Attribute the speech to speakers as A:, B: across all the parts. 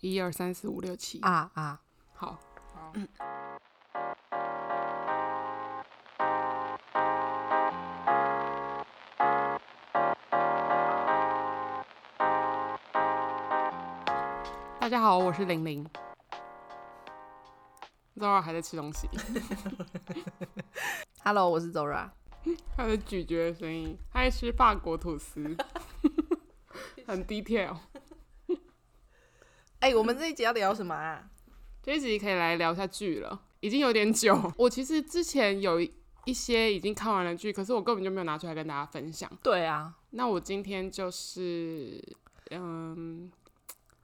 A: 一二三四五六七，
B: 啊啊！
A: 好，大家好，我是玲玲。Zora 还在吃东西，
B: Hello，我是 Zora。
A: 她在咀嚼的声音，她在吃法国吐司， 很 detail。
B: 哎、我们这一集要聊什么啊？
A: 这一集可以来聊一下剧了，已经有点久。我其实之前有一些已经看完了剧，可是我根本就没有拿出来跟大家分享。
B: 对啊，
A: 那我今天就是，嗯，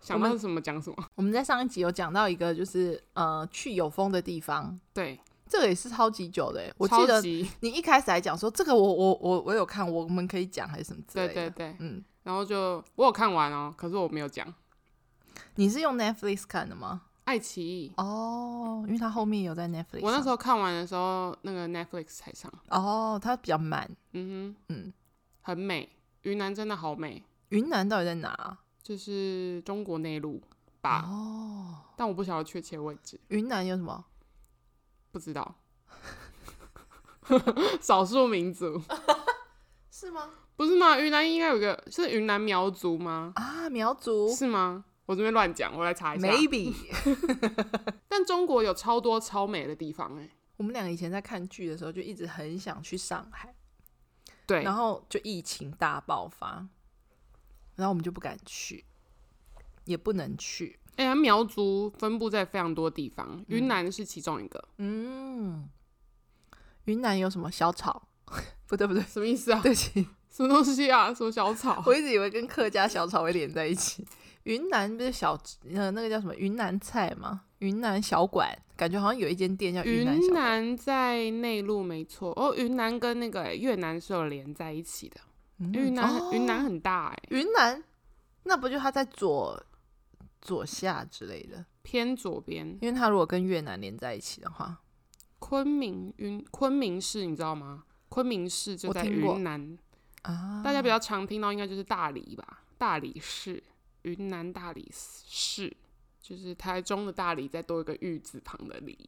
A: 想
B: 我们
A: 到什么讲什么。
B: 我们在上一集有讲到一个，就是呃，去有风的地方，
A: 对，
B: 这个也是超级久的欸。我
A: 超
B: 记得
A: 级
B: 你一开始还讲说这个我，我我我有看，我们可以讲还是什么之类
A: 对对
B: 的。
A: 对，
B: 嗯，
A: 然后就我有看完哦，可是我没有讲。
B: 你是用 Netflix 看的吗？
A: 爱奇艺，
B: 哦，因为它后面有在 Netflix 上。
A: 我那时候看完的时候，那个 Netflix 才上，
B: 哦，它比较慢。
A: 嗯哼，
B: 嗯，
A: 很美，云南真的好美，
B: 云南到底在哪啊？
A: 就是中国内陆吧，
B: 哦，
A: 但我不晓得确切位置，
B: 云南有什么？
A: 不知道。 少数民族
B: 是吗？
A: 不是吗？云南应该有一个是云南苗族吗？
B: 啊，苗族
A: 是吗？我这边乱讲，我来查一下。
B: ，maybe。
A: 但中国有超多超美的地方哎、
B: 我们两个以前在看剧的时候，就一直很想去上海，
A: 对
B: 然，后就疫情大爆发，然后我们就不敢去，也不能去。
A: 哎、它苗族分布在非常多地方，云南是其中一个。
B: 嗯，云南有什么小炒？ 不对不对，
A: 什么意思啊？
B: 对不起，
A: 什么东西啊？什么小草？
B: 我一直以为跟客家小炒会连在一起。云南不是小呃那个叫什么云南菜吗？云南小馆，感觉好像有一间店叫
A: 云
B: 南小馆。
A: 南在内陆没错哦，云南跟那个、欸越南是有连在一起的。
B: 嗯
A: 云南
B: 哦
A: 云、南很大哎、
B: 云南，那不就它在左左下之类的？
A: 偏左边。
B: 因为它如果跟越南连在一起的话，
A: 昆明云昆明市你知道吗？昆明市就
B: 我
A: 在
B: 听过
A: 云南，
B: 啊，
A: 大家比较常听到应该就是大理吧，大理市，云南大理市，就是台中的大理再多一个玉字旁的理，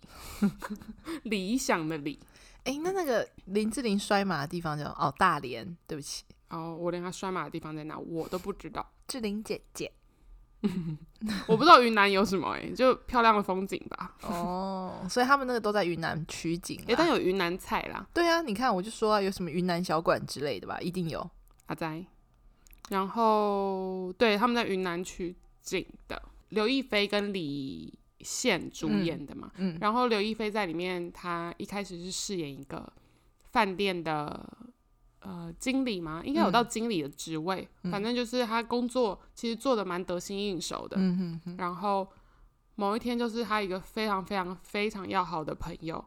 A: 理想的理。
B: 哎、那那个林志玲摔马的地方叫哦大连，对不起，
A: 哦，我连他摔马的地方在哪我都不知道，
B: 志玲姐姐。
A: 我不知道云南有什么哎、就漂亮的风景吧。
B: 哦，所以他们那个都在云南取景啦。
A: 哎、但有云南菜啦，
B: 对啊，你看我就说啊，有什么云南小馆之类的吧，一定有。
A: 阿仔。然后对，他们在云南取景的，刘亦菲跟李现主演的嘛。
B: 嗯，
A: 然后刘亦菲在里面，她一开始是饰演一个饭店的呃经理嘛，应该有到经理的职位，
B: 嗯
A: 反正就是她工作其实做的蛮得心应手的。
B: 嗯哼哼，
A: 然后某一天，就是她一个非常非常非常要好的朋友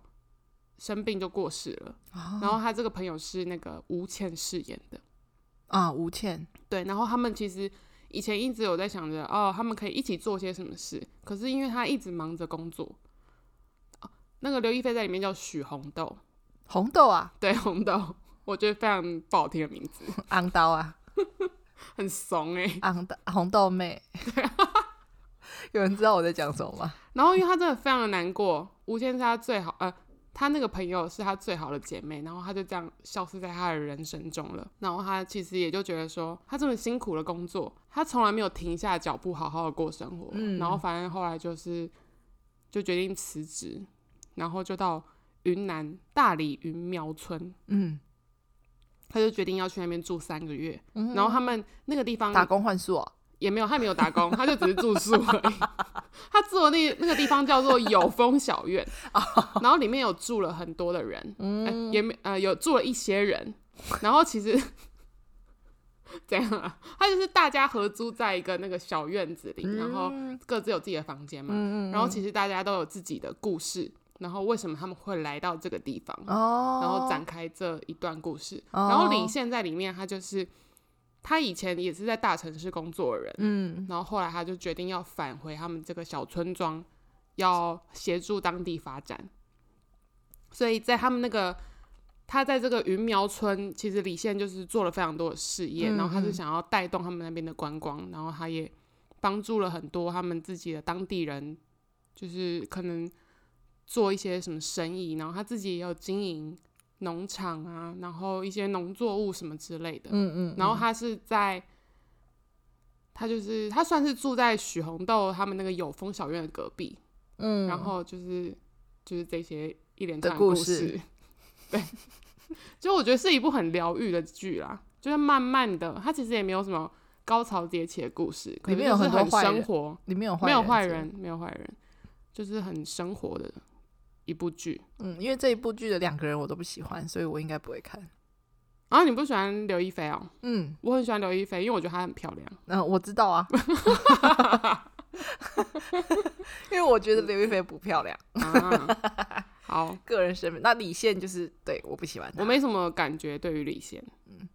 A: 生病就过世了，
B: 哦嗯
A: 然后她这个朋友是那个吴倩饰演的，
B: 啊，吴倩，
A: 对，然后他们其实。以前一直有在想着哦，他们可以一起做些什么事，可是因为她一直忙着工作，哦那个刘亦菲在里面叫许红豆，
B: 红豆啊，
A: 对红豆，我觉得非常不好听的名字，
B: 昂刀啊，
A: 很怂哎、
B: 昂豆红豆妹。 有人知道我在讲什么吗？
A: 然后因为她真的非常的难过，吴先是她最好呃，她那个朋友是她最好的姐妹，然后她就这样消失在她的人生中了。然后她其实也就觉得说，她这么辛苦的工作，她从来没有停下脚步好好的过生活。
B: 嗯
A: 然后反正后来就是就决定辞职，然后就到云南大理云苗村，
B: 嗯，
A: 她就决定要去那边住三个月。
B: 嗯
A: 然后他们那个地方
B: 打工换宿、哦，
A: 也没有，他没有打工，他就只是住宿而已。他住的那那个地方叫做有风小院，然后里面有住了很多的人，哎
B: 哦嗯，
A: 也没呃有住了一些人，然后其实怎样啊？他就是大家合租在一个那个小院子里，然后
B: 嗯
A: 各自有自己的房间嘛，
B: 嗯
A: 然后其实大家都有自己的故事，然后为什么他们会来到这个地方？
B: 哦，
A: 然后展开这一段故事。
B: 哦
A: 然后李现在里面，他就是他以前也是在大城市工作的人，
B: 嗯
A: 然后后来他就决定要返回他们这个小村庄，要协助当地发展。所以在他们那个，他在这个云苗村，其实李现就是做了非常多的事业，
B: 嗯
A: 然后他
B: 嗯
A: 是想要带动他们那边的观光，然后他也帮助了很多他们自己的当地人，就是可能做一些什么生意，然后他自己也有经营农场啊，然后一些农作物什么之类的。
B: 嗯嗯，
A: 然后他是在，他就是他算是住在许红豆他们那个有风小院的隔壁，
B: 嗯，
A: 然后就是就是这些一连
B: 的
A: 串
B: 故
A: 故事， 对，就我觉得是一部很疗愈的剧啦，就是慢慢的，它其实也没有什么高潮迭起的故事，可
B: 里
A: 是
B: 面有
A: 就是
B: 很多
A: 很
B: 坏
A: 生
B: 人
A: 活，
B: 里面有坏
A: 没有坏
B: 是吗
A: 人，没有坏人，就是很生活的一部剧。
B: 嗯，因为这一部剧的两个人我都不喜欢，所以我应该不会看。
A: 然啊后你不喜欢刘亦菲哦？
B: 嗯，
A: 我很喜欢刘亦菲，因为我觉得她很漂亮。
B: 那、我知道啊， 因为我觉得刘亦菲不漂亮，
A: 啊，好，
B: 个人审美。那李现就是对我不喜欢她，
A: 我没什么感觉对于李现，
B: 嗯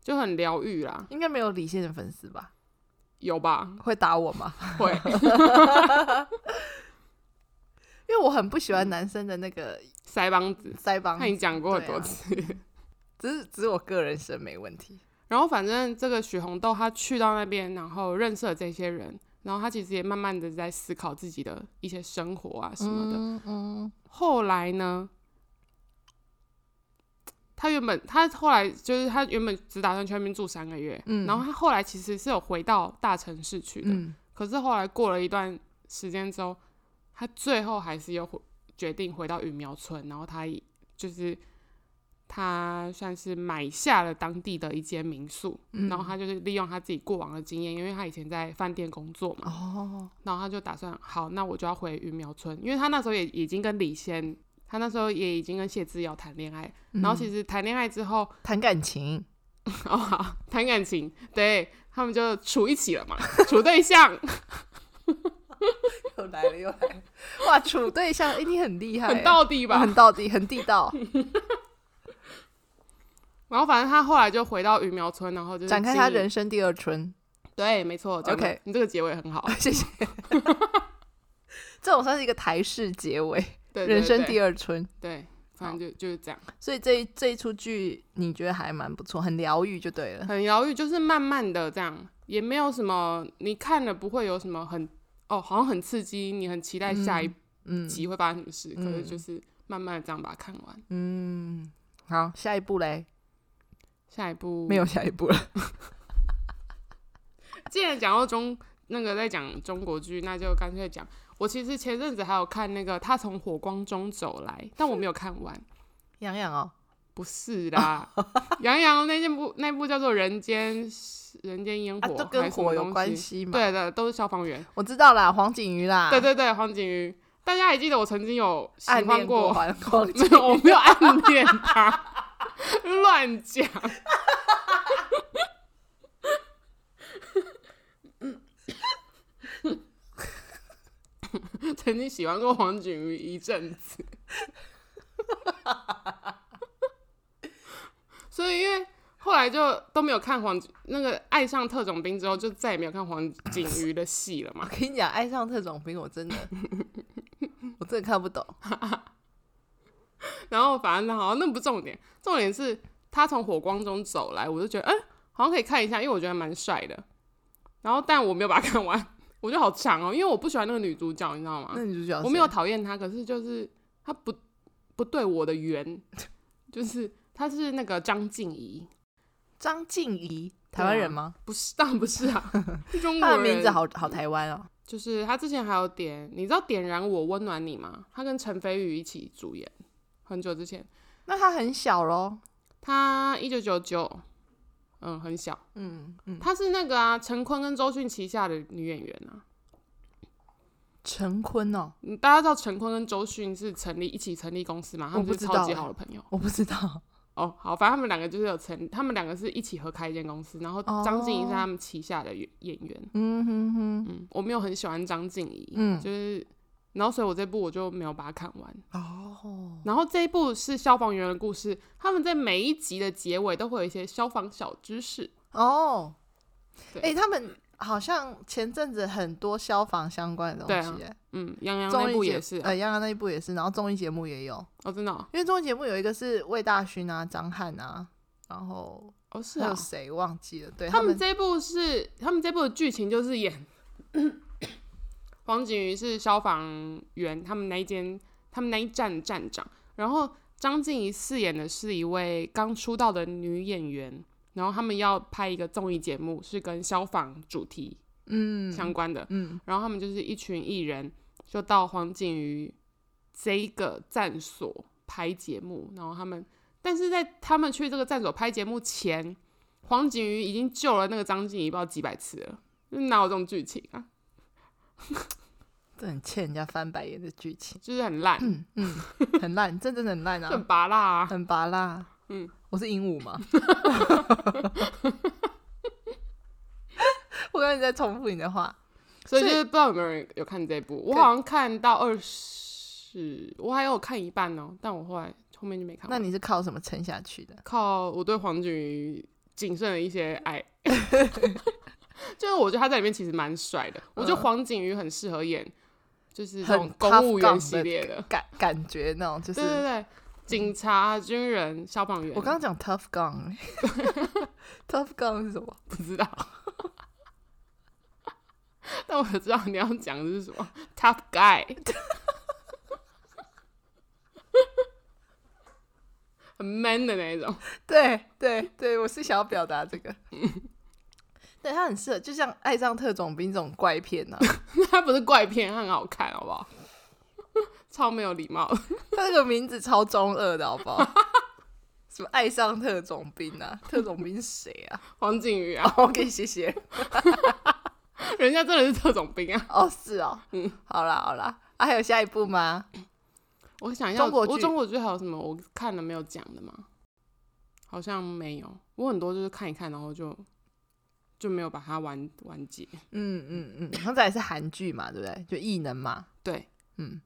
A: 就很疗愈啦，
B: 应该没有李现的粉丝吧？
A: 有吧？
B: 会打我吗？
A: 会，
B: 因为我很不喜欢男生的那个
A: 腮帮子，
B: 腮帮
A: 看，你讲过很
B: 对啊
A: 多次。
B: 只是只是我个人审美问题。
A: 然后反正这个许红豆她去到那边，然后认识了这些人，然后她其实也慢慢的在思考自己的一些生活啊什么的。
B: 嗯嗯
A: 后来呢，她原本她后来就是她原本只打算去那边住三个月，
B: 嗯
A: 然后她后来其实是有回到大城市去的，
B: 嗯，
A: 可是后来过了一段时间之后，他最后还是又回决定回到羽苗村，然后他以就是他算是买下了当地的一间民宿，
B: 嗯
A: 然后他就是利用他自己过往的经验，因为他以前在饭店工作嘛，
B: 哦，
A: 然后他就打算好，那我就要回羽苗村，因为他那时候也已经跟李先，他那时候也已经跟谢之遥谈恋爱，然后其
B: 嗯
A: 实谈恋爱之后，
B: 谈感情，
A: 哦，好，谈感情，对他们就处一起了嘛，处对 象，
B: 又来了又来了，哇，处对象，哎、你很厉害、
A: 很到底吧？
B: 很到底，很地 道，
A: 然后反正他后来就回到鱼苗村，然后就是
B: 展开他
A: 经营
B: 人生第二春。
A: 对，没错。讲得
B: OK
A: 你这个结尾很好，
B: 谢谢。这种算是一个台式结尾，
A: 对
B: 人生第
A: 二
B: 二春。
A: 对，反正就就是这样，
B: 所以这一这一出剧你觉得还蛮不错，很疗愈就对了。
A: 很疗愈，就是慢慢的这样，也没有什么你看了不会有什么很哦，好像很刺激，你很期待下一
B: 嗯
A: 集会发生什么事，
B: 嗯
A: 可是就是慢慢的这样把它看完。
B: 嗯，好，下一步嘞？
A: 下一部
B: 没， 有下一步了。
A: 既然讲到中那个在讲中国剧，那就干脆讲。我其实前阵子还有看那个《他从火光中走来》，但我没有看完。
B: 洋洋哦，
A: 不是 啦，杨洋那件部那部叫做《人间人间烟
B: 啊，
A: 火》
B: 都
A: 还
B: 跟
A: 是什么
B: 火有
A: 东
B: 关
A: 西。
B: 系嘛。
A: 对的，都是消防员。
B: 我知道啦，黄景瑜啦，
A: 对，对对，黄景瑜，大家还记得我曾经有喜
B: 暗
A: 欢
B: 恋过黄黄景
A: 没有，我没有暗恋他，乱讲。 曾经喜欢过黄景瑜一阵子， 所以因为后来就都没有看黄那个爱上特种兵之后，就再也没有看黄景瑜的戏了嘛
B: 我。跟你讲，爱上特种兵，我真的，我真的看不懂。
A: 啊然后反正好像那不重点，重点是他从火光中走来，我就觉得哎、好像可以看一下，因为我觉得蛮帅的。然后但我没有把它看完，我觉得好长哦，因为我不喜欢那个女主角，你知道吗
B: 那？女主角
A: 我没有
B: 谁
A: 讨厌她，可是就是她不不对我的缘，就是她是那个张静怡，
B: 啊张静怡，台湾人吗？
A: 不是当然不是啊，是中
B: 她
A: 国啊
B: 的
A: 人。
B: 名字好好台湾哦。
A: 就是她之前还有点，你知道《点燃我温暖你》吗？她跟陈飞宇一起主演，很久之前。
B: 那她很小喽。
A: 他一九九九，嗯，很小。
B: 嗯嗯，
A: 她是那个啊，陈坤跟周迅旗下的女演员啊。
B: 陈坤哦，
A: 嗯大家知道陈坤跟周迅是成立一起成立公司嘛？他
B: 我
A: 们
B: 不
A: 是
B: 知
A: 超级
B: 道欸
A: 好的朋友。
B: 我不知道。
A: 哦，好，反正他们两个就是有成，他们两个是一起合开一间公司，然后张静怡是
B: 哦
A: 他们旗下的演演员。
B: 嗯哼哼，
A: 嗯，我没有很喜欢张静怡，
B: 嗯
A: 就是，然后所以我这部我就没有把它看完。
B: 哦，
A: 然后这一部是消防员的故事，他们在每一集的结尾都会有一些消防小知识。
B: 哦，
A: 对
B: 哎、他们好像前阵子很多消防相关的东西、
A: 对
B: 诶
A: 嗯，杨洋
B: 综
A: 那
B: 艺
A: 部
B: 节
A: 也是啊、
B: 呃，央央那一部也是，然后综艺节目也有，
A: 哦，真的哦、
B: 因为综艺节目有一个是魏大勋啊、张翰啊，然后
A: 哦，是
B: 还
A: 啊
B: 有，谁忘记了？对
A: 他
B: 们
A: 们这部是他们这部的剧情就是演黄景瑜是消防员，他们那一间他们那一站的站长，然后张婧仪饰演的是一位刚出道的女演员，然后他们要拍一个综艺节目，是跟消防主题
B: 嗯
A: 相关的，
B: 嗯
A: 然后他们就是一群艺人，就到黄景瑜这一个站所拍节目。然后他们，但是在他们去这个站所拍节目前，黄景瑜已经救了那个张婧仪不知道几百次了，就哪有这种剧情啊？
B: 这很欠人家翻白眼的剧情，
A: 就是很烂，
B: 嗯嗯，很烂，这真的很烂
A: 就很
B: 啊，
A: 拔辣啊！
B: 很拔辣。
A: 嗯，
B: 我是鹦 鹉嘛。我刚才在重复你的话，
A: 所以
B: 所
A: 就
B: 以
A: 是不知道有没有人有看这部，我
B: 可
A: 好像看到二十，我还有看一半哦，但我后来后面就没看
B: 那
A: 完。
B: 你是靠什么撑下去的？
A: 靠我对黄景瑜仅剩的一些 爱， 就是我觉得他在里面其实蛮帅的。我觉得黄景瑜很适合演，就是这种
B: 嗯很
A: 公务
B: tough
A: 员
B: guy
A: 系列的，
B: 感感觉那种就
A: 对对
B: 是，
A: 对，警察、军人、消防员。
B: 我刚刚讲 tough gun，tough gun 是什么？
A: 不知道， 但我知道你要讲的是什么，Tough Guy，很 man 的那一种。
B: 对对对，我是想要表达这个。
A: 嗯
B: 对他很适合，就像《爱上特种兵》这种怪片呢、啊，
A: 它不是怪片，它很好看，好不好？ 超没有礼貌 的，
B: 他那个名字超中二的好不好？ 什么爱上特种兵啊？特种兵是谁啊？
A: 黄景瑜啊，
B: 哦，OK，谢谢。
A: 人家真的是特种兵啊！
B: 哦，是哦，嗯，好啦好啦，啊，还有下一步吗？
A: 我想要
B: 中国剧
A: 我中国剧还有什么我看了没有讲的吗？好像没有，我很多就是看一看，然后就就没有把它完完结。
B: 嗯嗯嗯，然后再来是韩剧嘛，对不对？就异能嘛，
A: 对，
B: 嗯，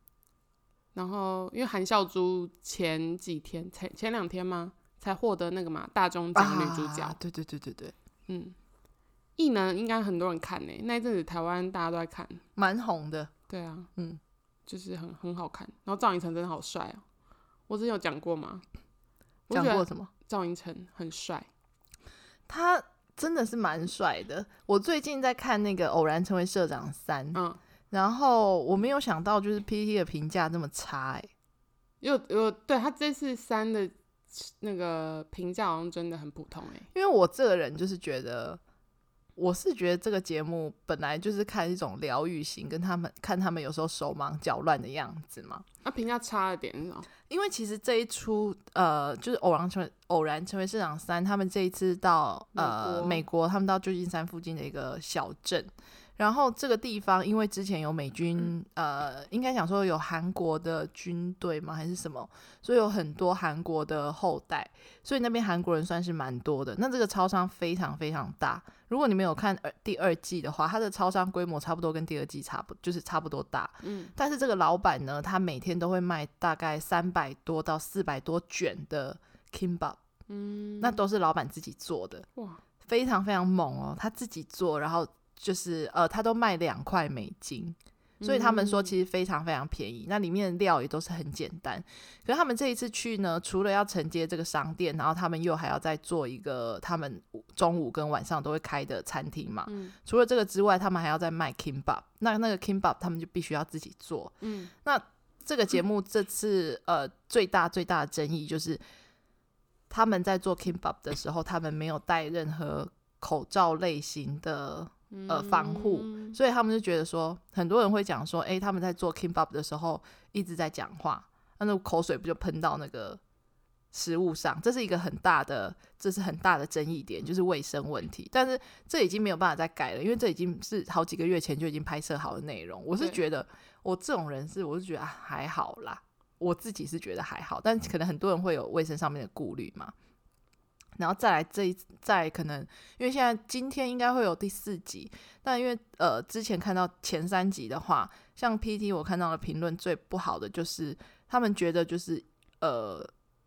A: 然后因为韩孝珠前几天才前两天吗，才获得那个嘛大钟奖女主角。
B: 啊对对对对对，
A: 嗯，异能应该很多人看呢、那一阵子台湾大家都在看。
B: 蛮红的，
A: 对啊，
B: 嗯，
A: 就是很很好看。然后赵寅成真的好帅哦、我之前有讲过吗？我
B: 讲
A: 觉
B: 过
A: 得
B: 什么？
A: 赵寅成很帅，
B: 他真的是蛮帅的。我最近在看那个《偶然成为社长三》，
A: 嗯，
B: 然后我没有想到就是 PPT 的评价那么差、欸，
A: 有有对他这次三的那个评价好像真的很普通哎、
B: 因为我这个人就是觉得，我是觉得这个节目本来就是看一种疗愈型，跟他们看他们有时候手忙脚乱的样子嘛。
A: 那评价差了点是吗？
B: 因为其实这一出，呃，就是偶然成为偶然成为市长三，他们这一次到呃
A: 美国
B: 美国，他们到旧金山附近的一个小镇，然后这个地方因为之前有美军，呃，应该讲说有韩国的军队吗还是什么，所以有很多韩国的后代，所以那边韩国人算是蛮多的。那这个超商非常非常大，如果你们有看呃第二季的话，它的超商规模差不多跟第二季差不就是差不多大，
A: 嗯，
B: 但是这个老板呢，他每天都会卖大概三百多到四百多卷的 kimbap，
A: 嗯，
B: 那都是老板自己做的，
A: 哇，
B: 非常非常猛哦，他自己做，然后就是呃，他都卖两块美金。所以他们说
A: 嗯
B: 其实非常非常便宜，那里面的料也都是很简单。可是他们这一次去呢，除了要承接这个商店，然后他们又还要再做一个他们中午跟晚上都会开的餐厅嘛。
A: 嗯
B: 除了这个之外，他们还要再卖 kimbap，那那个 kimbap 他们就必须要自己做。
A: 嗯，
B: 这个节目这次呃最大最大的争议就是，他们在做 kimbap 的时候，他们没有戴任何口罩类型的，呃防护
A: 嗯
B: 所以他们就觉得说，很多人会讲说，诶，他们在做 kimbap 的时候一直在讲话，那那口水不就喷到那个食物上？这是一个很大的，这是很大的争议点，就是卫生问题。但是这已经没有办法再改了，因为这已经是好几个月前就已经拍摄好的内容。我是
A: 对
B: 觉得，我这种人是，我是觉得啊还好啦，我自己是觉得还好，但可能很多人会有卫生上面的顾虑嘛。然后再来这一再可能，因为现在今天应该会有第四集，但因为呃之前看到前三集的话，像 PT 我看到的评论最不好的就是他们觉得就是呃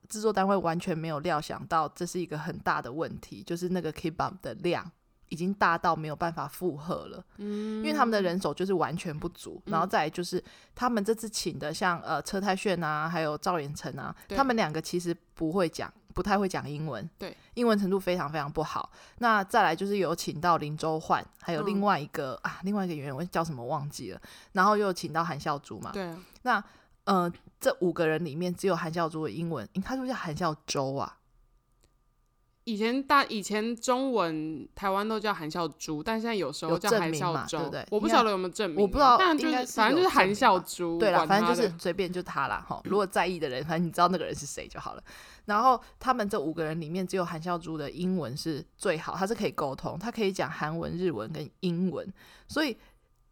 B: 制作单位完全没有料想到这是一个很大的问题，就是那个 kibbam 的量已经大到没有办法负荷了。因为他们的人手就是完全不足，然后
A: 嗯
B: 再来就是他们这次请的像呃车太铉啊，还有赵寅成啊，
A: 对
B: 他们两个其实不会讲不太会讲英文，
A: 对，
B: 英文程度非常非常不好。那再来就是有请到林周焕，还有另
A: 嗯
B: 外一个、啊，另外一个演员我叫什么忘记了，然后又有请到韩孝珠嘛，
A: 对啊，
B: 那呃，这五个人里面只有韩孝珠的英文，诶他是不是叫韩孝周啊？
A: 以前大以前中文台湾都叫韩孝珠，但现在有时候
B: 有
A: 叫
B: 证
A: 韩
B: 明
A: 孝
B: 嘛
A: 周，
B: 对不对
A: 我不
B: 应该
A: 晓得有没有证明欸，
B: 我不知道
A: 但就
B: 应
A: 是
B: 该是
A: 反正就
B: 有
A: 是
B: 证
A: 韩
B: 明
A: 孝
B: 吧
A: 珠，
B: 对啦，
A: 管
B: 反正
A: 他
B: 就是
A: 的
B: 随便就他啦哈。如果在意的人，反正你知道那个人是谁就好了。然后他们这五个人里面，只有韩孝珠的英文是最好，他是可以沟通，他可以讲韩文、日文跟英文，所以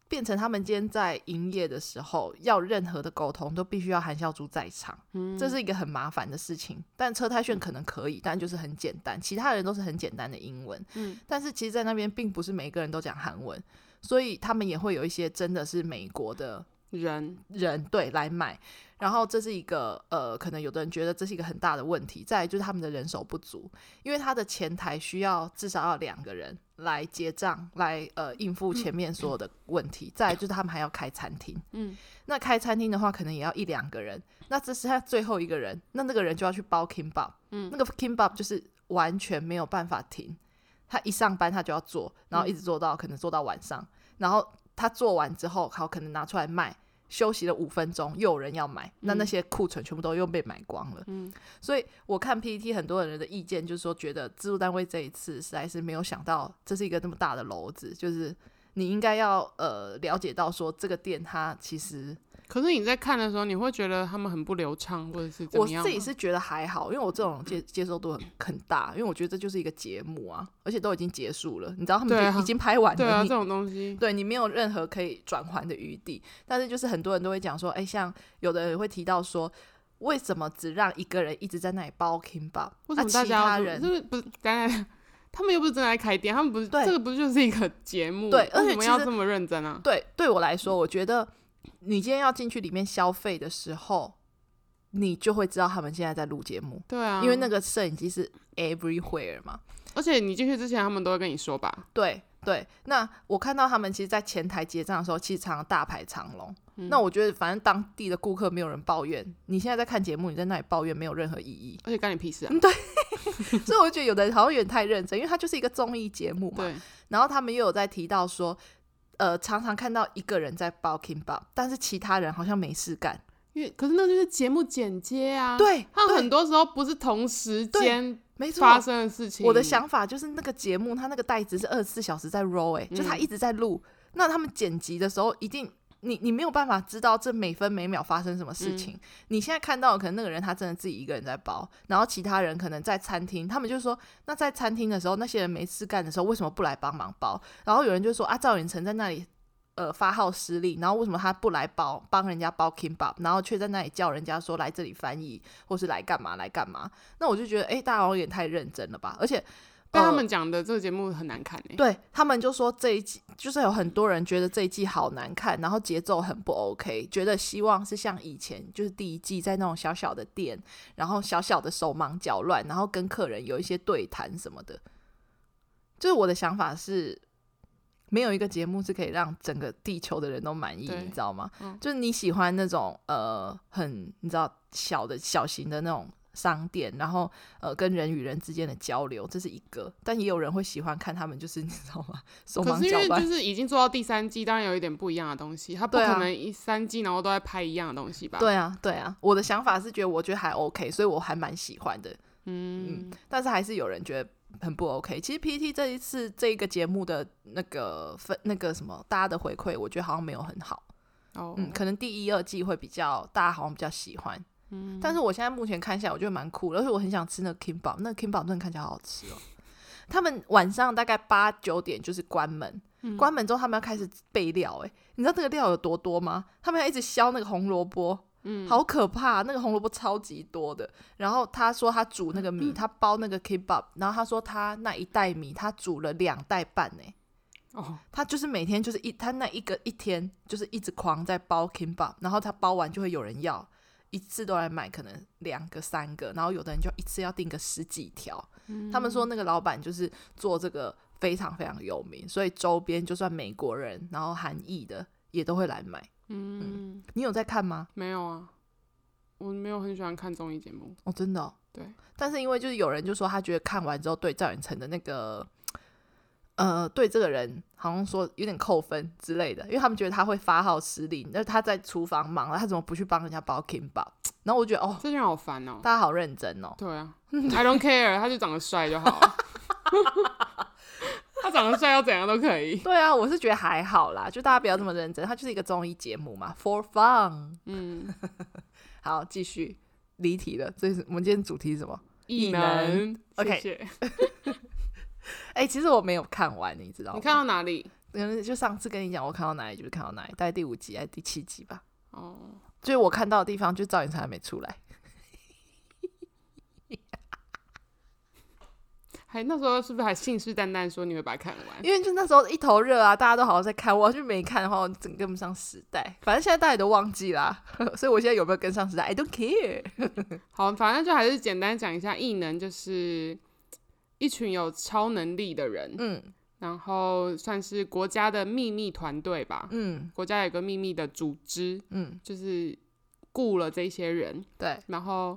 B: 变成他们今天在营业的时候，要任何的沟通都必须要韩孝珠在场，
A: 嗯
B: 这是一个很麻烦的事情。但车太炫可能可以，但就是很简单，其他人都是很简单的英文。
A: 嗯，
B: 但是其实，在那边并不是每个人都讲韩文，所以他们也会有一些真的是美国的
A: 人，
B: 人对来买，然后这是一个呃，可能有的人觉得这是一个很大的问题。再来就是他们的人手不足，因为他的前台需要至少要两个人来结账，来呃应付前面所有的问题。再来就是他们还要开餐厅，
A: 嗯，
B: 那开餐厅的话可能也要一两个人，那这是他最后一个人，那那个人就要去包 kimbap，
A: 嗯
B: 那个 kimbap 就是完全没有办法停，他一上班他就要做，
A: 嗯
B: 然后一直做到、可能做到晚上，然后他做完之后，好可能拿出来卖。休息了五分钟，又有人要买，那那些库存全部都又被买光了。
A: 嗯，
B: 所以我看
A: 啊
B: PPT 很多人的意见就是说，觉得自助单位这一次实在是没有想到这是一个那么大的篓子，就是你应该要呃了解到说这个店它其实
A: 可是你在看的时候，你会觉得他们很不流畅，或者是怎
B: 我
A: 么样吗？
B: 自己是觉得还好，因为我这种接接受度很很大，因为我觉得这就是一个节目啊，而且都已经结束了，你知道他们
A: 对
B: 就
A: 啊
B: 已经拍完
A: 对
B: 了，
A: 啊，
B: 你
A: 这种东西，
B: 对你没有任何可以转换的余地。但是就是很多人都会讲说，哎，像有的人会提到说，为什么只让一个人一直在那里包 kimbap？
A: 为什么
B: 啊、
A: 大
B: 其
A: 家
B: 他
A: 要
B: 人
A: 做？是不是不是？当然，他们又不是真的在开店，他们不是
B: 对
A: 这个不就是一个节目？
B: 对而
A: 为
B: 且
A: 什么
B: 其
A: 要
B: 实
A: 这么认真啊？
B: 对，对我来说，我觉得你今天要进去里面消费的时候，你就会知道他们现在在录节目，
A: 对啊，
B: 因为那个摄影机是 everywhere 嘛。
A: 而且你进去之前，他们都会跟你说吧？
B: 对对，那我看到他们其实，在前台结账的时候，其实常常大排长龙。
A: 嗯
B: 那我觉得，反正当地的顾客没有人抱怨，你现在在看节目，你在那里抱怨没有任何
A: 。
B: 意义
A: 而且干你屁事啊？
B: 所以我就觉得有的人好像有点太认真，因为它就是一个综艺节目嘛。
A: 对，
B: 然后他们又有在提到说，呃，常常看到一个人在包 kimbap，但是其他人好像没事干。
A: 因为可是那就是节目剪接啊。，
B: 对，
A: 他
B: 对
A: 很多时候不是同时
B: 对
A: 间
B: 没错，
A: 发生的事情。
B: 我的想法就是那个节目，它那个袋子是二十四小时在 roll，哎、就它
A: 嗯
B: 一直在录。那他们剪辑的时候，一定你你没有办法知道这每分每秒发生什么事情。
A: 嗯
B: 你现在看到的可能那个人他真的自己一个人在包，然后其他人可能在餐厅，他们就说那在餐厅的时候，那些人没事干的时候，为什么不来帮忙包？然后有人就说啊，赵远成在那里。呃，发号施令，然后为什么他不来包帮人家包 kimbap，然后却在那里叫人家说来这里翻译，或是来干嘛来干嘛？那我就觉得，哎、大家好像有点太认真了吧？而且
A: 被他
B: 呃
A: 们讲的这个节目很难看欸诶、
B: 对他们就说这一季就是有很多人觉得这一季好难看，然后节奏很不 OK，觉得希望是像以前就是第一季在那种小小的店，然后小小的手忙脚乱，然后跟客人有一些对谈什么的。就是我的想法是，没有一个节目是可以让整个地球的人都满意，
A: 对
B: 你知道吗？
A: 嗯
B: 就是你喜欢那种呃很你知道小的小型的那种商店，然后呃跟人与人之间的交流，这是一个。但也有人会喜欢看他们，就是你 知道吗？手
A: 可
B: 忙
A: 是因
B: 脚
A: 为
B: 乱
A: 就。是已经做到第三季，当然有一点不一样的东西，他不
B: 对啊
A: 可能一三季然后都在拍一样的东西吧？，
B: 对啊，对啊，我的想法是觉得我觉得还 OK，所以我还蛮喜欢的。
A: 嗯，
B: 但是还是有人觉得很不 OK。其实 PT 这一次这一个节目的那个分那个什么，大家的回馈，我觉得好像没有很好。
A: 哦，
B: 嗯，可能第一二季会比较大家好像比较喜欢。嗯，但是我现在目前看下来，我觉得蛮酷的，而且我很想吃那个 kimbap，那个 kimbap 真的看起来好好吃哦。他们晚上大概八九点就是关门，关门之后他们要开始备料、欸，你知道这个料有多多吗？他们要一直削那个红萝卜，嗯，好可怕、那个红萝卜超级多的。然后他说他煮那个 米，他包那个 kimbap，然后他说他那一袋米他煮了两袋半、欸，
A: 哦，
B: 他就是每天就是一他那一个一天就是一直狂在包 kimbap，然后他包完就会有人要，一次都来买可能两个三个，然后有的人就一次要订个十几条。
A: 嗯
B: 他们说那个老板就是做这个非常非常有名，所以周边就算美国人，然后韩裔的也都会来买。
A: 嗯，
B: 你有在看吗？
A: 没有啊，我没有很喜欢看综艺节目，
B: 哦，真的哦、
A: 对，
B: 但是因为就是有人就说他觉得看完之后对赵远成的那个，呃，对这个人好像说有点扣分之类的，因为他们觉得他会发号施令，那他在厨房忙了，他怎么不去帮人家包 kimbap？然后我觉得哦，
A: 这就让我烦哦、
B: 大家好认真哦，
A: 对 啊，I don't care，他就长得帅就好了。 他长得帅要怎样都可 以。
B: 对啊，我是觉得还好啦，就大家不要这么认真，它就是一个综艺节目嘛，for fun。
A: 嗯，
B: 好，继续离题了，这是我们今天主题是什么？
A: 异
B: 异能
A: 能。谢
B: OK
A: 谢
B: 哎、其实我没有看完，你知道吗？
A: 你看到哪里？
B: 嗯，就上次跟你讲，我看到哪里就是看到哪里，大概第五集还是第七集吧。
A: 哦，
B: 就是我看到的地方，就赵寅成还没出来。
A: 还那时候是不是还信誓旦旦说你会把它看完？
B: 因为就那时候一头热啊，大家都好像在看，我要是没看的话，我整个跟不上时代。反正现在大家也都忘记啦， 所以我现在有没有跟上时代？I don't care。
A: 好，反正就还是简单讲一下，异能就是一群有超能力的人，
B: 嗯
A: 然后算是国家的秘密团队吧。
B: 嗯
A: 国家有个秘密的组织，
B: 嗯，
A: 就是雇了这些人，
B: 对，
A: 然后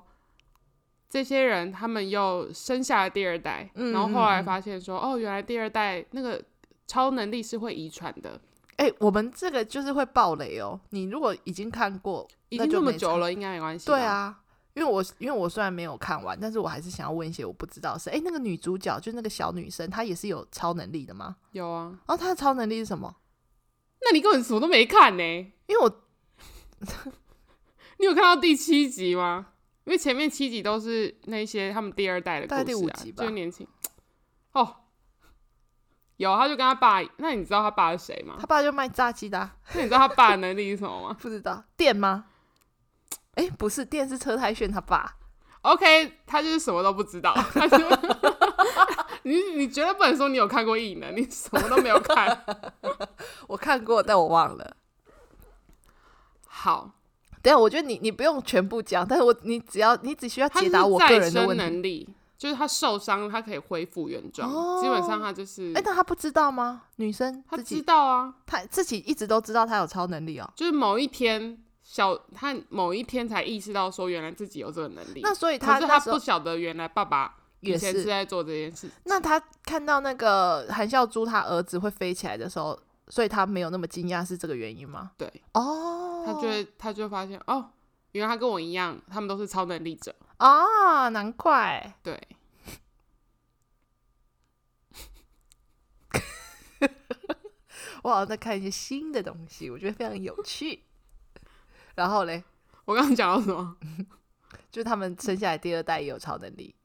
A: 这些人他们又生下了第二代，
B: 嗯
A: 然后后来
B: 嗯嗯
A: 发现说，哦，原来第二代那个超能力是会遗传的，
B: 哎、我们这个就是会爆雷哦。你如果已经看过，
A: 已
B: 那
A: 经
B: 就
A: 这么
B: 没
A: 久
B: 差
A: 了，应该没关系。
B: 对，啊，因为我因为我虽然没有看完，但是我还是想要问一些我不知道的事。哎，那个女主角就那个小女生，她也是有超能力的吗？
A: 有啊，
B: 然后她的超能力是什么？
A: 那你根本什么都没看呢、
B: 因为我
A: 嗯你有看到第七集吗？因为前面七集都是那些他们第二代的故
B: 大
A: 事、啊，
B: 概第五集吧
A: 就是年轻。哦，有，他就跟他爸，那你知道他爸是谁吗
B: 她？爸就卖炸鸡的、啊，
A: 那你知道他爸的能力是什么吗
B: 不知道电吗？哎，不是电是车太炫他爸，
A: ？OK，他就是什么都不知道。他 就你你绝对不能说你有看过异能，你什么都没有看。
B: 我看过，但我忘了。
A: 好，
B: 等啊一下，我觉得你你不用全部讲，但是我你只要你只需要
A: 他
B: 解
A: 是
B: 答我个
A: 再
B: 人的
A: 生
B: 问题。
A: 能力，就是他受伤他可以恢复原状，
B: 哦
A: 基本上他就是
B: 哎，那她不知道吗？女生
A: 他
B: 自
A: 知
B: 己
A: 道啊，
B: 她自己一直都知道她有超能力哦。
A: 就是某一天小他某一天才意识到说，原来自己有这个能力。
B: 那所以
A: 可
B: 她
A: 是
B: 那
A: 他
B: 时候
A: 不晓得，原来爸爸以
B: 也
A: 前
B: 是
A: 是在做这件事。
B: 那他看到那个韩孝珠他儿子会飞起来的时候，所以他没有那么惊讶，是这个原因吗？
A: 对，
B: 哦，
A: 他就会他就会发现哦，原来他跟我一样，他们都是超能力者。
B: 啊，难怪
A: 对，
B: 我好像在看一些新的东西，我觉得非常有趣。 然后嘞，
A: 我刚刚讲到什么？
B: 就是他们生下来第二代也有超能力，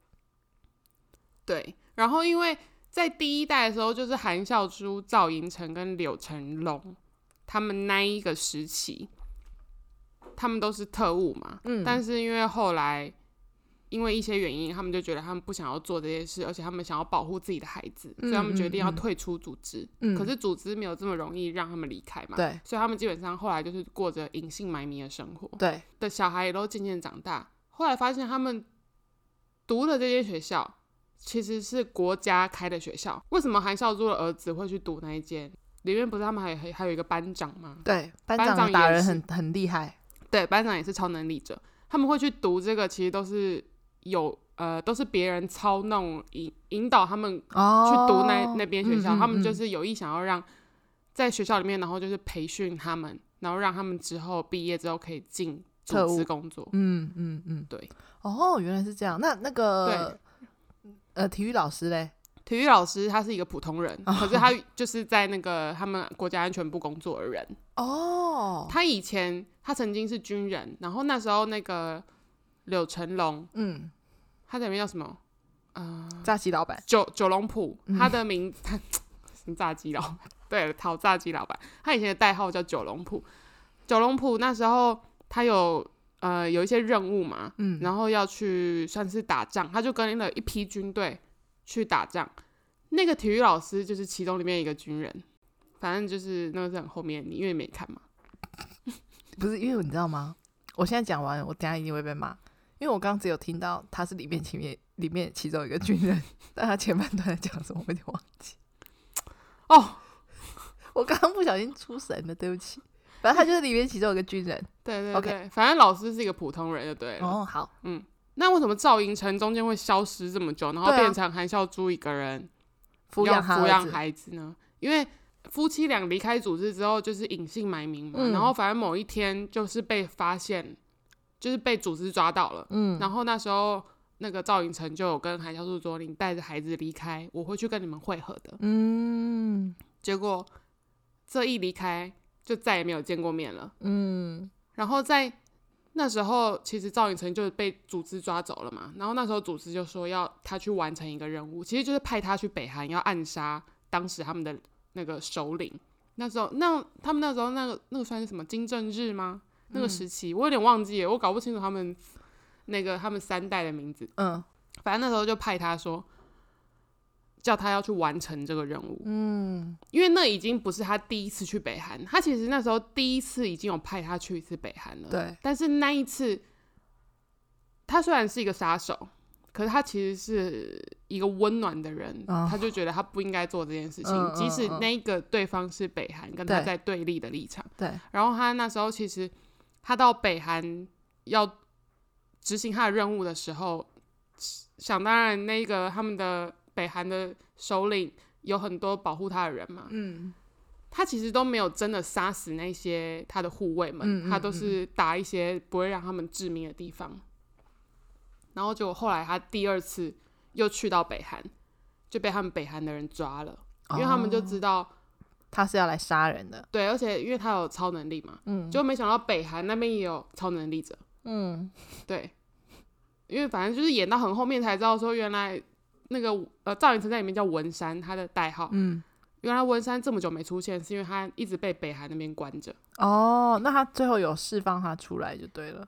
A: 对，然后因为在第一代的时候，就是韩孝珠、赵寅成跟柳成龙他们那一个时期，他们都是特务嘛。
B: 嗯
A: 但是因为后来因为一些原因，他们就觉得他们不想要做这些事，而且他们想要保护自己的孩子，所以他们决定要
B: 嗯嗯嗯
A: 退出组织。
B: 嗯
A: 可是组织没有这么容易让他们离开嘛，
B: 对
A: 所以他们基本上后来就是过着隐姓埋名的生活。
B: 对，
A: 的小孩也都渐渐长大，后来发现他们读的这间学校其实是国家开的学校。为什么韩孝珠的儿子会去读那一间？里面不是他们还还还有一个班长吗？
B: 对，班
A: 班长
B: 长
A: 也
B: 打人
A: 是
B: 很很厉害，
A: 对，班长也是超能力者，他们会去读这个，其实都是有呃，都是别人操弄引引导他们
B: 哦，
A: 去读那、那边学校，
B: 嗯嗯
A: 他们就
B: 嗯
A: 是有意想要让在学校里面，然后就是培训他们，然后让他们之后毕业之后可以进
B: 特
A: 组
B: 务
A: 织工作。
B: 嗯嗯嗯，
A: 对，
B: 哦，原来是这样，那那个呃体育老师嘞，
A: 体育老师他是一个普通人，可是他就是在那个他们国家安全部工作的人。
B: 哦，
A: 他以前他曾经是军人，然后那时候那个柳成龙，
B: 嗯，
A: 他在里面叫什么？呃，
B: 炸鸡老板，
A: 九九龙埔，
B: 嗯
A: 他的名他什么 炸鸡老板？对，讨炸鸡老板，他以前的代号叫九龙埔。九龙埔那时候他有呃有一些任务嘛，
B: 嗯，
A: 然后要去算是打仗，他就跟了一批军队去打仗。那个体育老师就是其中里面一个军人，反正就是那个是很后面，你因为没看嘛。
B: 不是因为你知道吗？我现在讲完，我等一下一定会被骂，因为我刚刚只有听到他是里面前面里面其中一个军人，但他前半段在讲什么我有点忘记。
A: 哦，
B: 我刚刚不小心出神了，对不起。反正他就是里面其中有一个军人。
A: 对对对
B: OK
A: 反正老师是一个普通人就对了。
B: 哦，好，
A: 嗯，那为什么赵寅成中间会消失这么久，然后
B: 对啊
A: 变成韩孝珠一个人
B: 抚
A: 要
B: 养他
A: 抚
B: 儿
A: 养
B: 子，
A: 孩子呢？因为夫妻俩离开组织之后，就是隐姓埋名嘛，
B: 嗯
A: 然后反正某一天就是被发现，就是被组织抓到了。
B: 嗯，
A: 然后那时候那个赵寅成就有跟韩孝柱说：“你带着孩子离开，我会去跟你们会合的。
B: 嗯”
A: 结果这一离开，就再也没有见过面了。
B: 嗯
A: 然后在那时候，其实赵寅成就被组织抓走了嘛。然后那时候组织就说要他去完成一个任务，其实就是派他去北韩，要暗杀当时他们的那个首领。那时候，那他们那时候那个那个算是什么金正日吗？那个时期、我有点忘记了，我搞不清楚他们那个他们三代的名字。
B: 嗯
A: 反正那时候就派他说，叫他要去完成这个任务，
B: 嗯
A: 因为那已经不是他第一次去北韩，他其实那时候第一次已经有派他去一次北韩了。
B: 对，
A: 但是那一次，他虽然是一个杀手，可是他其实是一个温暖的人，
B: 哦
A: 他就觉得他不应该做这件事情，
B: 嗯嗯
A: 即使
B: 嗯
A: 那个对方是北韩，跟他
B: 对
A: 在对立的立场。
B: 对，
A: 然后他那时候其实他到北韩要执行他的任务的时候，想当然那个他们的北韩的首领有很多保护他的人嘛，
B: 嗯
A: 他其实都没有真的杀死那些他的护卫们，
B: 嗯嗯
A: 他都是打一些不会让他们致命的地方。然后结果后来他第二次又去到北韩，就被他们北韩的人抓了，因为他们就
B: 哦
A: 知道、
B: 他是要来杀人的，
A: 对，而且因为他有超能力嘛，
B: 嗯
A: 就没想到北韩那边也有超能力者，
B: 嗯
A: 对，因为反正就是演到很后面才知道说，原来那个呃赵寅成在里面叫文山，他的代号，
B: 嗯
A: 原来文山这么久没出现，是因为他一直被北韩那边关着。
B: 哦，那他最后有释放他出来就对了，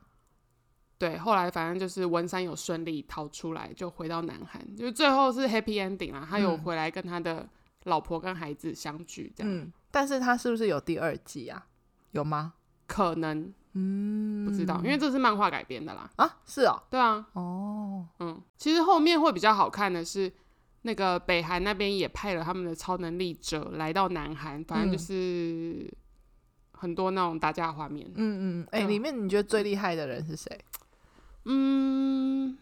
A: 对，后来反正就是文山有顺利逃出来，就回到南韩，就是最后是 happy ending 啦，他有
B: 嗯
A: 回来跟他的老婆跟孩子相聚，这样、
B: 嗯，但是他是不是有第二季啊？有吗？
A: 可能
B: 嗯，
A: 不知道，因为这是漫画改编的啦。
B: 啊是哦，
A: 对啊，
B: 哦，
A: 嗯，其实后面会比较好看的是，那个北韩那边也派了他们的超能力者来到南韩，反
B: 嗯
A: 正就是很多那种打架的画面。
B: 嗯嗯，哎、
A: 对啊
B: 里面你觉得最厉害的人是谁？
A: 嗯，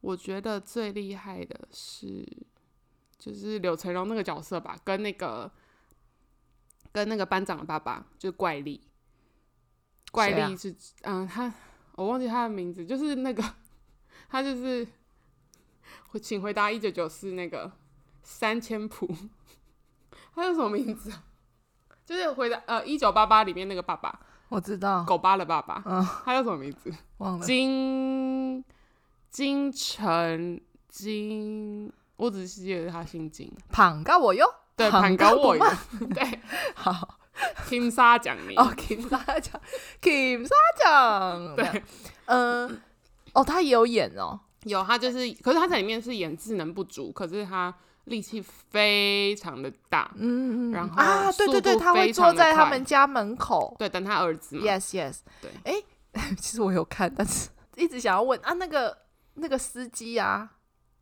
A: 我觉得最厉害的是，就是柳成龙那个角色吧，跟那个跟那个班长的爸爸，就是怪力。怪
B: 谁啊
A: 力是，嗯，他我忘记他的名字，就是那个他就是，我请回答一九九四那个三千谱，他叫什么名字啊？就是回答呃一九八八里面那个爸爸，
B: 我知道，
A: 狗巴的爸爸，
B: 嗯
A: 他叫什么名字？
B: 忘了，
A: 金金城金，我只是记得他姓金。
B: 胖告我哟，
A: 对，
B: 韩
A: 盘高
B: 国
A: 我
B: 嘛
A: 对
B: 好。
A: ，Kim 沙奖 你。
B: 哦，Kim 沙奖，Kim 沙奖，
A: 对，
B: 嗯、哦，他也有演哦，
A: 有他就是，可是他在里面是演智能不足，可是他力气非常的大。
B: 嗯，
A: 然后
B: 啊，对对
A: 速
B: 对，
A: 度
B: 他会
A: 非常
B: 坐
A: 地
B: 在他
A: 快
B: 们家门口
A: 对，等他儿子嘛。
B: ，yes yes，
A: 对
B: 哎、其实我有看，但是一直想要问啊，那个那个司机啊，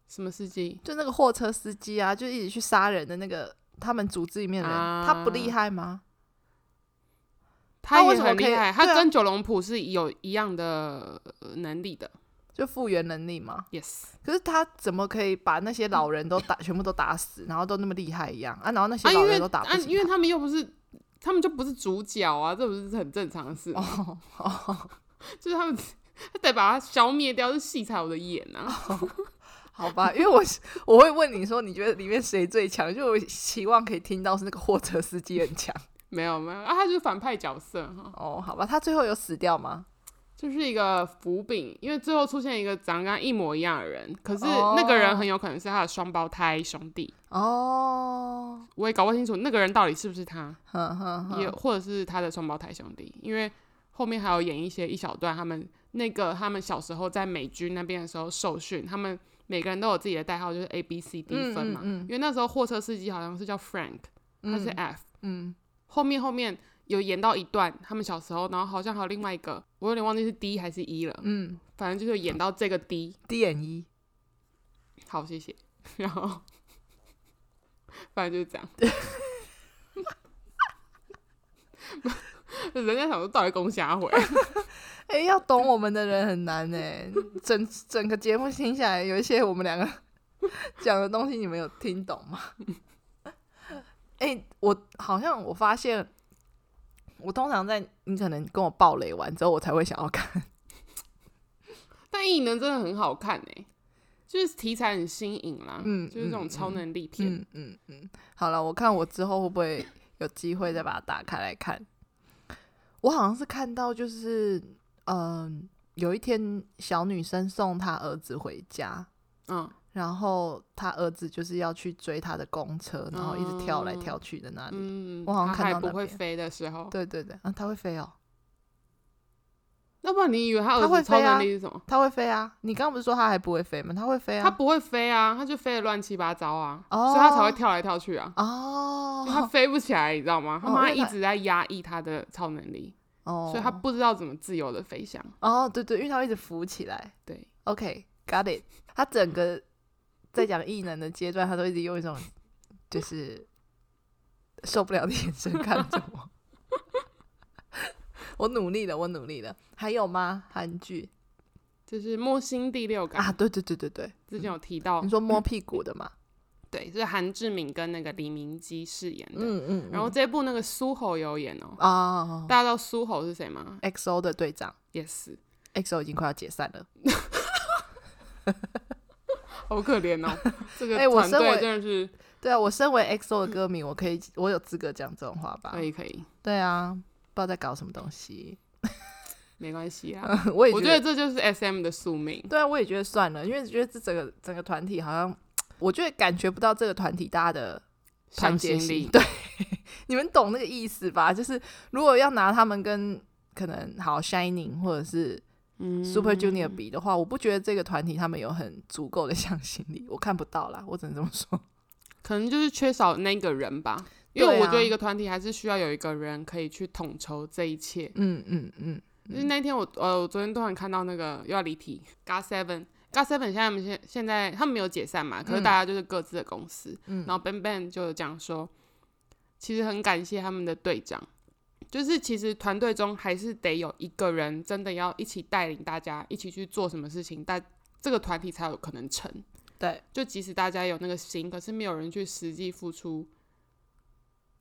A: 什么司机？
B: 就那个货车司机啊，就一直去杀人的那个。他们组织里面的人，他不厉
A: 啊
B: 害吗？
A: 他
B: 为
A: 也
B: 什么
A: 很
B: 可以
A: 厉害，
B: 对
A: 他
B: 啊
A: 跟九龙浦是有一样的呃能力的。
B: 就复原能力吗？
A: Yes，
B: 可是他怎么可以把那些老人都打，全部都打死，然后都那么厉害一样啊？然后那些
A: 啊，因
B: 老
A: 为
B: 人都打
A: 啊
B: 不，
A: 因
B: 起
A: 为
B: 他。
A: 他们又不是，他们就不是主角啊，这不是很正常的事吗？
B: 哦哦，
A: 就是他们 他得把它消灭掉，是戏才有的演啊。
B: 好吧，因为我是 我会问你说，你觉得里面谁最强？就我希望可以听到是那个货车司机很强。
A: 没有没有啊，他就是反派角色哈，
B: 哦，好吧，他最后有死掉吗？
A: 就是一个伏笔，因为最后出现一个长得跟他一模一样的人，可是
B: 哦
A: 那个人很有可能是他的双胞胎兄弟，
B: 哦，
A: 我也搞不清楚那个人到底是不是他，
B: 哼哼
A: 也
B: 哼，
A: 或者是他的双胞胎兄弟，因为后面还有演一些一小段他们那个他们小时候在美军那边的时候受训，他们每个人都有自己的代号，就是 A B C D
B: 嗯
A: 分嘛，
B: 嗯嗯
A: 因为那时候货车司机好像是叫 Frank，他是啊
B: 嗯
A: F。
B: 嗯
A: 后面后面有演到一段他们小时候，然后好像还有另外一个，我有点忘记是 D 还是 E 了，
B: 嗯
A: 反正就是有演到这个 D。
B: ，D 眼一，
A: 好，谢 谢。然后，反正就是这样。 人家想说到底攻瞎回，
B: 哎、哎、要懂我们的人很难哎、 整整个节目听下来，有一些我们两个 讲的东西，你们有听懂吗？ 哎、我好像我发现，我通常在你可能跟我爆雷完之后，我才会想要看。
A: 但《异能》真的很好看哎、就是题材很新颖啦，
B: 嗯
A: 就是这种超能力片。
B: 嗯嗯嗯，好了，我看我之后会 不会有机会再把它打开来看。我好像是看到，就是嗯、有一天小女生送她儿子回家，
A: 嗯
B: 然后她儿子就是要去追她的公车，然后一直跳来跳去的那里。
A: 哦嗯，
B: 我好像
A: 他
B: 看
A: 还
B: 到
A: 不
B: 那
A: 会
B: 边
A: 飞的时候，
B: 对对对，啊，他会飞哦，
A: 要不然你以为他儿
B: 他会
A: 子超
B: 飞啊
A: 能力是什么？
B: 他会飞啊！你刚刚不是说他还不会飞吗？他会飞
A: 他
B: 啊！
A: 不会飞啊，他就飞得乱七八糟啊，
B: 哦
A: 所以他才会跳来跳去啊。因为他
B: 哦
A: 飞不起来，你知道吗？他
B: 哦因
A: 妈
B: 为
A: 一
B: 他
A: 直在压抑他的超能力，
B: 哦，
A: 所以他不知道怎么自由的飞翔。
B: 哦，对对，因为他会一直浮起来。
A: 对，
B: OK，got、it。他整个在讲异能的阶段，他都一直用一种就是受不了的眼神看着我。我努力了，我努力了。还有吗？韩剧
A: 就是摸心第六感，
B: 啊，对对对对对，
A: 之前有提到
B: 你，说摸屁股的嘛？
A: 对，是韩志敏跟那个李明基饰演的。
B: 嗯嗯。
A: 然后这部那个苏侯有演哦，
B: 啊
A: 大家知道苏侯是谁吗
B: ，XO 的队长
A: ？Yes，
B: ，XO 已经快要解散了。
A: 好可怜哦， 这个
B: 哎我
A: 团
B: 身为
A: 队真的是
B: 对啊，我身为 XO 的歌迷，我可以，我有资格讲这种话吧
A: 可？以可以，
B: 对啊，不知道在搞什么东西。
A: 没关系啊。
B: 我也
A: 我觉得这就是 S M 的宿命。
B: 对啊，我也觉得算了，因为觉得这整个整个团体好像，我觉得感觉不到这个团体大家的团
A: 向
B: 结
A: 心
B: 性。
A: 力，
B: 对，你们懂那个意思吧？就是如果要拿他们跟可能好 Shining 或者是
A: 嗯
B: Super Junior 比的话，我不觉得这个团体他们有很足够的向心力，我看不到啦，我只能这么说。
A: 可能就是缺少那个人吧。
B: 对
A: 因
B: 啊
A: 为我觉得一个团体还是需要有一个人可以去统筹这一切。
B: 嗯嗯嗯，
A: 就是那天我呃，我昨天突然看到那个又要离题，God Seven。God Seven 现在他们现现在他们没有解散嘛，可是大家就是各自的公司。
B: 嗯
A: 然后 Ben Ben 就有讲说，其实很感谢他们的队长，就是其实团队中还是得有一个人真的要一起带领大家一起去做什么事情，但这个团体才有可能成。
B: 对，
A: 就即使大家有那个心，可是没有人去实际付出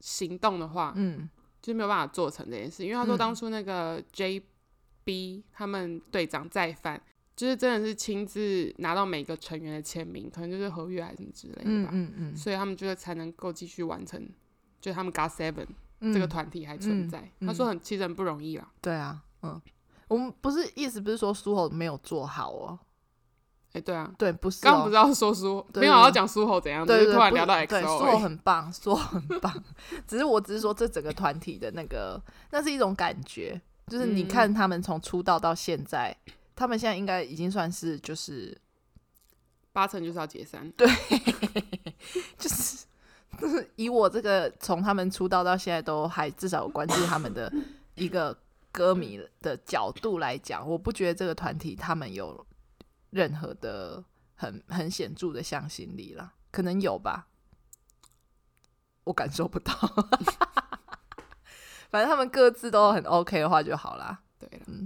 A: 行动的话，
B: 嗯
A: 就是没有办法做成这件事。因为他说
B: 嗯
A: 当初那个 JB 他们队长再犯，就是真的是亲自拿到每个成员的签名，可能就是合约还是什么之类的
B: 嗯
A: 啊吧，
B: 嗯嗯
A: 所以他们就是才能够继续完成，就他们 God Seven、
B: 嗯，
A: 这个团体还存在。
B: 嗯
A: 他说很其实很不容易啦，
B: 对啊，嗯，我们不是意思不是说苏吼没有做好哦，
A: 哎、对啊。
B: 对，不是、哦，
A: 刚刚不是要说苏，
B: 对
A: 没有啊
B: 对对
A: 要讲苏吼怎样，只
B: 对
A: 是
B: 对，
A: 突然
B: 不
A: 聊到哎 XO
B: 对，
A: 而
B: 说
A: 已
B: 很棒， 说很棒。只是我只是说这整个团体的那个，那是一种感觉，就是你
A: 嗯
B: 看他们从出道到现在，他们现在应该已经算是就是
A: 八成就是要解散。
B: 就是。就是 以我这个从他们出道到现在都还至少有关注他们的一个歌迷的角度来讲，我不觉得这个团体他们有任何的很很显著的向心力啦，可能有吧，我感受不到。 反正他们各自都很 OK 的话就好啦。
A: 对了，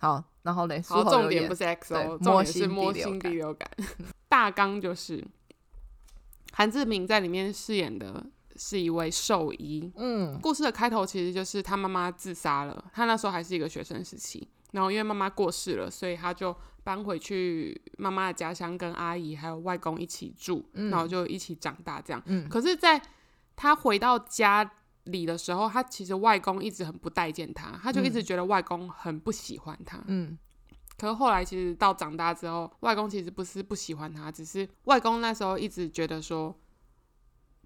B: 好，然后嘞，
A: 好，
B: 苏
A: 重
B: 有
A: 点
B: 演
A: 不是 XO，
B: 对
A: 重点
B: 摸
A: 是
B: 心
A: 摸
B: 第六
A: 心第
B: 感
A: 六感。 大纲就是韩志明在里面饰演的是一位兽医。
B: 嗯
A: 故事的开头其实就是他妈妈自杀了，他那时候还是一个学生时期。然后因为妈妈过世了，所以他就搬回去妈妈的家乡，跟阿姨还有外公一起住，
B: 嗯
A: 然后就一起长大这样。
B: 嗯
A: 可是，在他回到家里的时候，他其实外公一直很不待见他，他就一直觉得外公很不喜欢他。
B: 嗯
A: 可是后来其实到长大之后，外公其实不是不喜欢他，只是外公那时候一直觉得说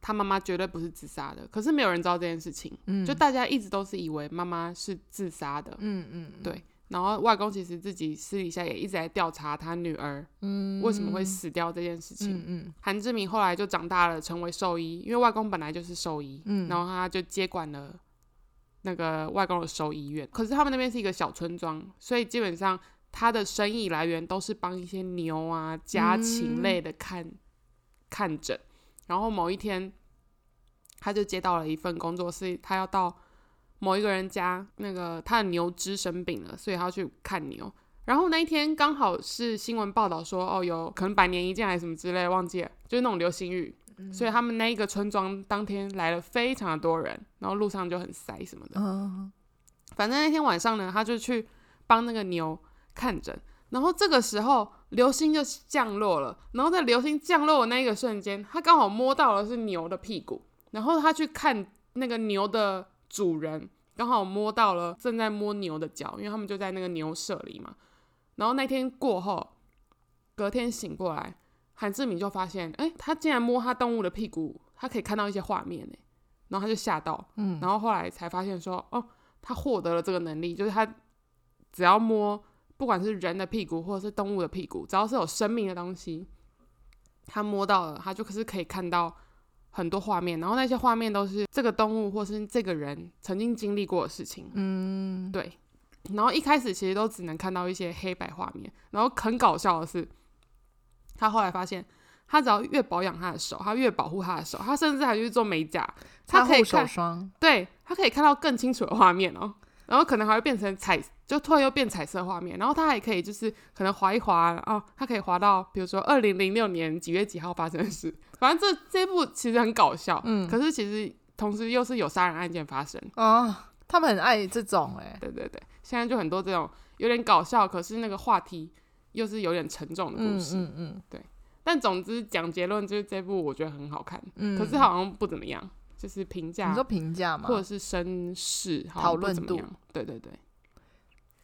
A: 他妈妈绝对不是自杀的，可是没有人知道这件事情，
B: 嗯，
A: 就大家一直都是以为妈妈是自杀的。
B: 嗯嗯
A: 对然后外公其实自己私底下也一直在调查他女儿
B: 嗯
A: 为什么会死掉这件事情。
B: 嗯嗯
A: 韩志明后来就长大了，成为兽医，因为外公本来就是兽医，
B: 嗯
A: 然后他就接管了那个外公的兽医院。可是他们那边是一个小村庄，所以基本上他的生意来源都是帮一些牛啊、家禽类的看、看诊。然后某一天，他就接到了一份工作，是他要到某一个人家那个他的牛只生病了，所以他要去看牛。然后那一天刚好是新闻报道说，哦，有可能百年一见还是什么之类，忘记了，就是那种流行语。所以他们那一个村庄当天来了非常的多人，然后路上就很塞什么的。
B: 嗯，
A: 反正那天晚上呢，他就去帮那个牛看诊，然后这个时候流星就降落了，然后在流星降落的那一个瞬间，他刚好摸到的是牛的屁股，然后他去看那个牛的主人，刚好摸到了正在摸牛的脚，因为他们就在那个牛舍里嘛。然后那天过后，隔天醒过来，韩志明就发现，哎、他竟然摸他动物的屁股，他可以看到一些画面呢，然后他就吓到，
B: 嗯，
A: 然后后来才发现说，哦，他获得了这个能力，就是他只要摸，不管是人的屁股或者是动物的屁股，只要是有生命的东西，他摸到了，他就是可以看到很多画面，然后那些画面都是这个动物或是这个人曾经经历过的事情。
B: 嗯，
A: 对，然后一开始其实都只能看到一些黑白画面，然后很搞笑的是，他后来发现。他只要越保养他的手，他越保护他的手，他甚至还去做美甲，他
B: 擦
A: 可以
B: 护手
A: 看
B: 霜，
A: 对，他可以看到更清楚的画面哦，然后可能还会变成彩，就突然又变彩色画面，然后他还可以就是可能滑一滑哦，他可以滑到比如说二零零六年几月几号发生的事，反正这这部其实很搞笑，
B: 嗯
A: 可是其实同时又是有杀人案件发生，
B: 啊，他们很爱这种哎、
A: 对对对，现在就很多这种有点搞笑，可是那个话题又是有点沉重的故
B: 嗯
A: 事，
B: 嗯嗯
A: 但总之讲结论就是这部我觉得很好看，
B: 嗯，
A: 可是好像不怎么样，就是评价
B: 你说评价嘛，
A: 或者是绅士好像
B: 讨
A: 不
B: 论
A: 怎么
B: 度
A: 样对对对，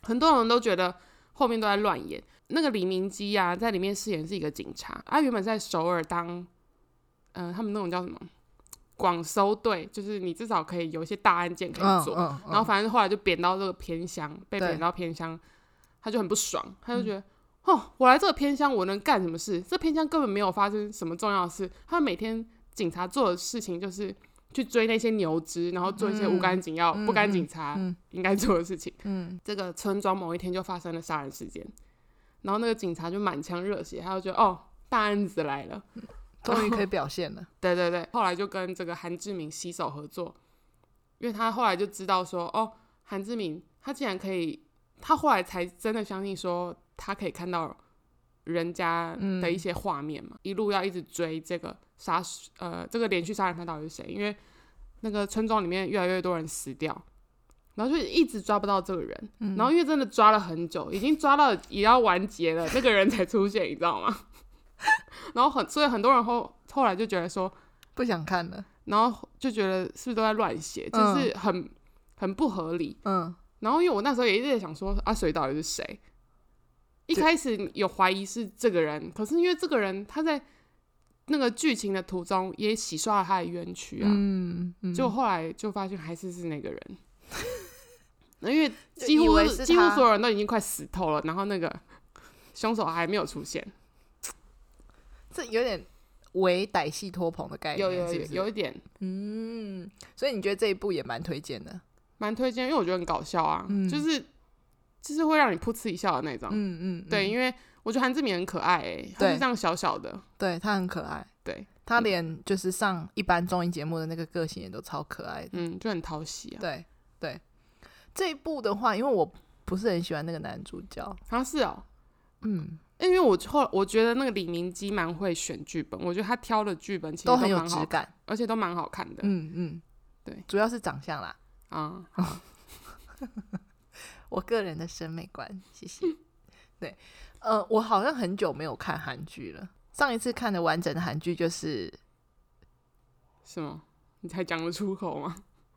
A: 很多人都觉得后面都在乱演。那个李明基啊，在里面饰演是一个警察，他、原本在首尔当，嗯、他们那种叫什么广搜队，就是你至少可以有一些大案件可
B: 嗯
A: 以做。
B: 嗯，
A: 然后
B: 嗯
A: 反正后来就贬到这个偏乡，被
B: 对嗯
A: 贬到偏乡，他就很不爽，他就觉得，哦，我来这个偏乡，我能干什么事？这偏乡根本没有发生什么重要的事。他每天警察做的事情就是去追那些牛只，然后做一些无关紧要、
B: 嗯
A: 不干警察
B: 嗯
A: 应该做的事情。
B: 嗯
A: 这个村庄某一天就发生了杀人事件，然后那个警察就满腔热血，他就觉得，哦，大案子来了。
B: 终于可以表现了，
A: 对对对，后来就跟这个韩志明携手合作，因为他后来就知道说，哦，韩志明他竟然可以，他后来才真的相信说他可以看到人家的一些画面嘛，一路要一直追这个杀手呃这个连续杀人犯到底是谁，因为那个村庄里面越来越多人死掉。然后就一直抓不到这个人，
B: 嗯
A: 然后因为真的抓了很久，已经抓到也要完结了，那个人才出现，你知道吗？ 然后很，所以很多人后后来就觉得说，
B: 不想看了，
A: 然后就觉得是不是都在乱写，就
B: 嗯
A: 是很、很不合理。
B: 嗯，
A: 然后因为我那时候也一直在想说，阿、啊、水到底是谁？一
B: 对
A: 开始有怀疑是这个人，可是因为这个人他在那个剧情的途中也洗刷了他的冤屈啊，
B: 嗯，嗯
A: 就后来就发现还是是那个 人。那因为
B: 就
A: 几
B: 以
A: 乎
B: 为是
A: 几乎
B: 他
A: 所有人都已经快死透了，然后那个凶手还没有出现，
B: 这有点为歹戏拖棚的概念，
A: 有有
B: 哎是
A: 有
B: 不是
A: 有一点
B: 嗯，所以你觉得这一部也蛮推荐的，
A: 蛮推荐，因为我觉得很搞笑啊，
B: 嗯
A: 就是就是会让你噗嗤一笑的那种。
B: 嗯嗯，
A: 对，
B: 嗯
A: 因为我觉得韩志明很可爱、欸，他是
B: 对
A: 这样小小的，
B: 对他很可爱，
A: 对，
B: 他连就是上一般综艺节目的那个个性也都超可爱的，
A: 嗯，就很讨喜啊。
B: 对对。这一部的话，因为我不是很喜欢那个男主角，
A: 他是哦、
B: 嗯，
A: 因为我后我觉得那个李明基蛮会选剧本，我觉得他挑的剧本其实
B: 都很有
A: 蛮
B: 质
A: 好，
B: 感，
A: 而且都蛮好看的
B: 嗯嗯，
A: 对，
B: 主要是长相啦，
A: 啊。
B: 我个人的审美观，谢谢。对，呃，我好像很久没有看韩剧了，上一次看的完整的韩剧就是，
A: 什么？你才讲得出口吗？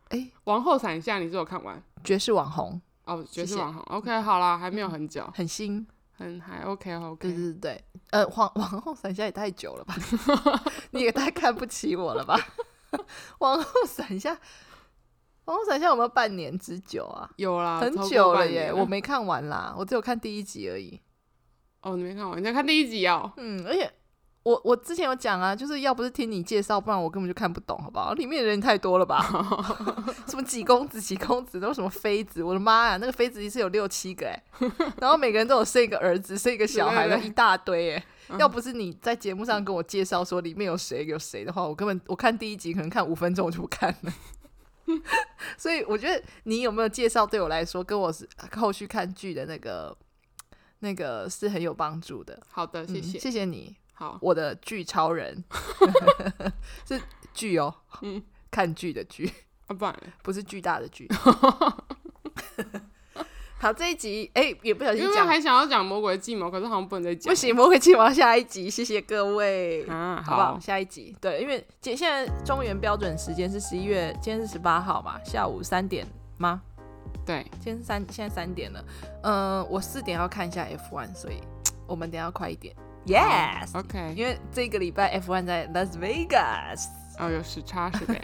B: 哎、
A: 王后伞下你是有看完
B: 绝世网红》，
A: 哦？绝世
B: 谢谢嗯
A: 网红，OK，好啦，还没有很久，
B: 很新，
A: 很还 OK
B: 对
A: OK。
B: 对对对，呃， 皇皇后伞下也太久了吧，你也太看不起我了吧？ 皇后伞下，皇后伞下有没有半年之久啊？
A: 有啦，
B: 很
A: 超过
B: 久了
A: 半
B: 耶，
A: 年
B: 我没看完啦，我只有看第一集而已。
A: 哦，你没看完，你在看第一集哦。
B: 嗯，而且我我之前有讲啊，就是要不是听你介绍，不然我根本就看不懂，好不好？里面的人太多了吧？ 什么几公子、几公子，都什么妃子，我的妈呀，那个妃子一次有六七个哎、 然后每个人都有生一个儿子、生一个小
A: 对
B: 孩，
A: 对对
B: 然后一大堆哎、
A: 嗯
B: 要不是你在节目上跟我介绍说里面有谁有谁的话，我根本我看第一集可能看五分钟我就不看了。 所以我觉得你有没有介绍对我来说，跟我是啊后续看剧的那个那个是很有帮助的。
A: 好的，谢
B: 嗯
A: 谢。
B: 谢谢你，
A: 好，
B: 我的剧超 人 是剧哦，
A: 嗯
B: 看剧的剧，
A: 啊，不然嘞
B: 不是巨大的 剧。好，这一集哎、也不小心
A: 因为
B: 讲
A: 还想要讲魔鬼计谋，可是好像不能再讲。
B: 不行，魔鬼计谋下一集，谢谢各位。
A: 啊，
B: 好不好？下一集对，因为今现在中原标准时间是十一月，今天是十八号嘛，下午三点吗？
A: 对，
B: 今天三现在三点了，嗯，我四点要看一下 F1，所以我们等一下快一点。Yes，
A: 哦，OK，
B: 因为这个礼拜 F1 在 Las Vegas。
A: 哦，有时差是呗，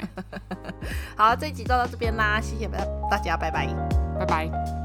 B: 好，这一集就到这边啦，谢谢大大家，拜拜。
A: 拜拜。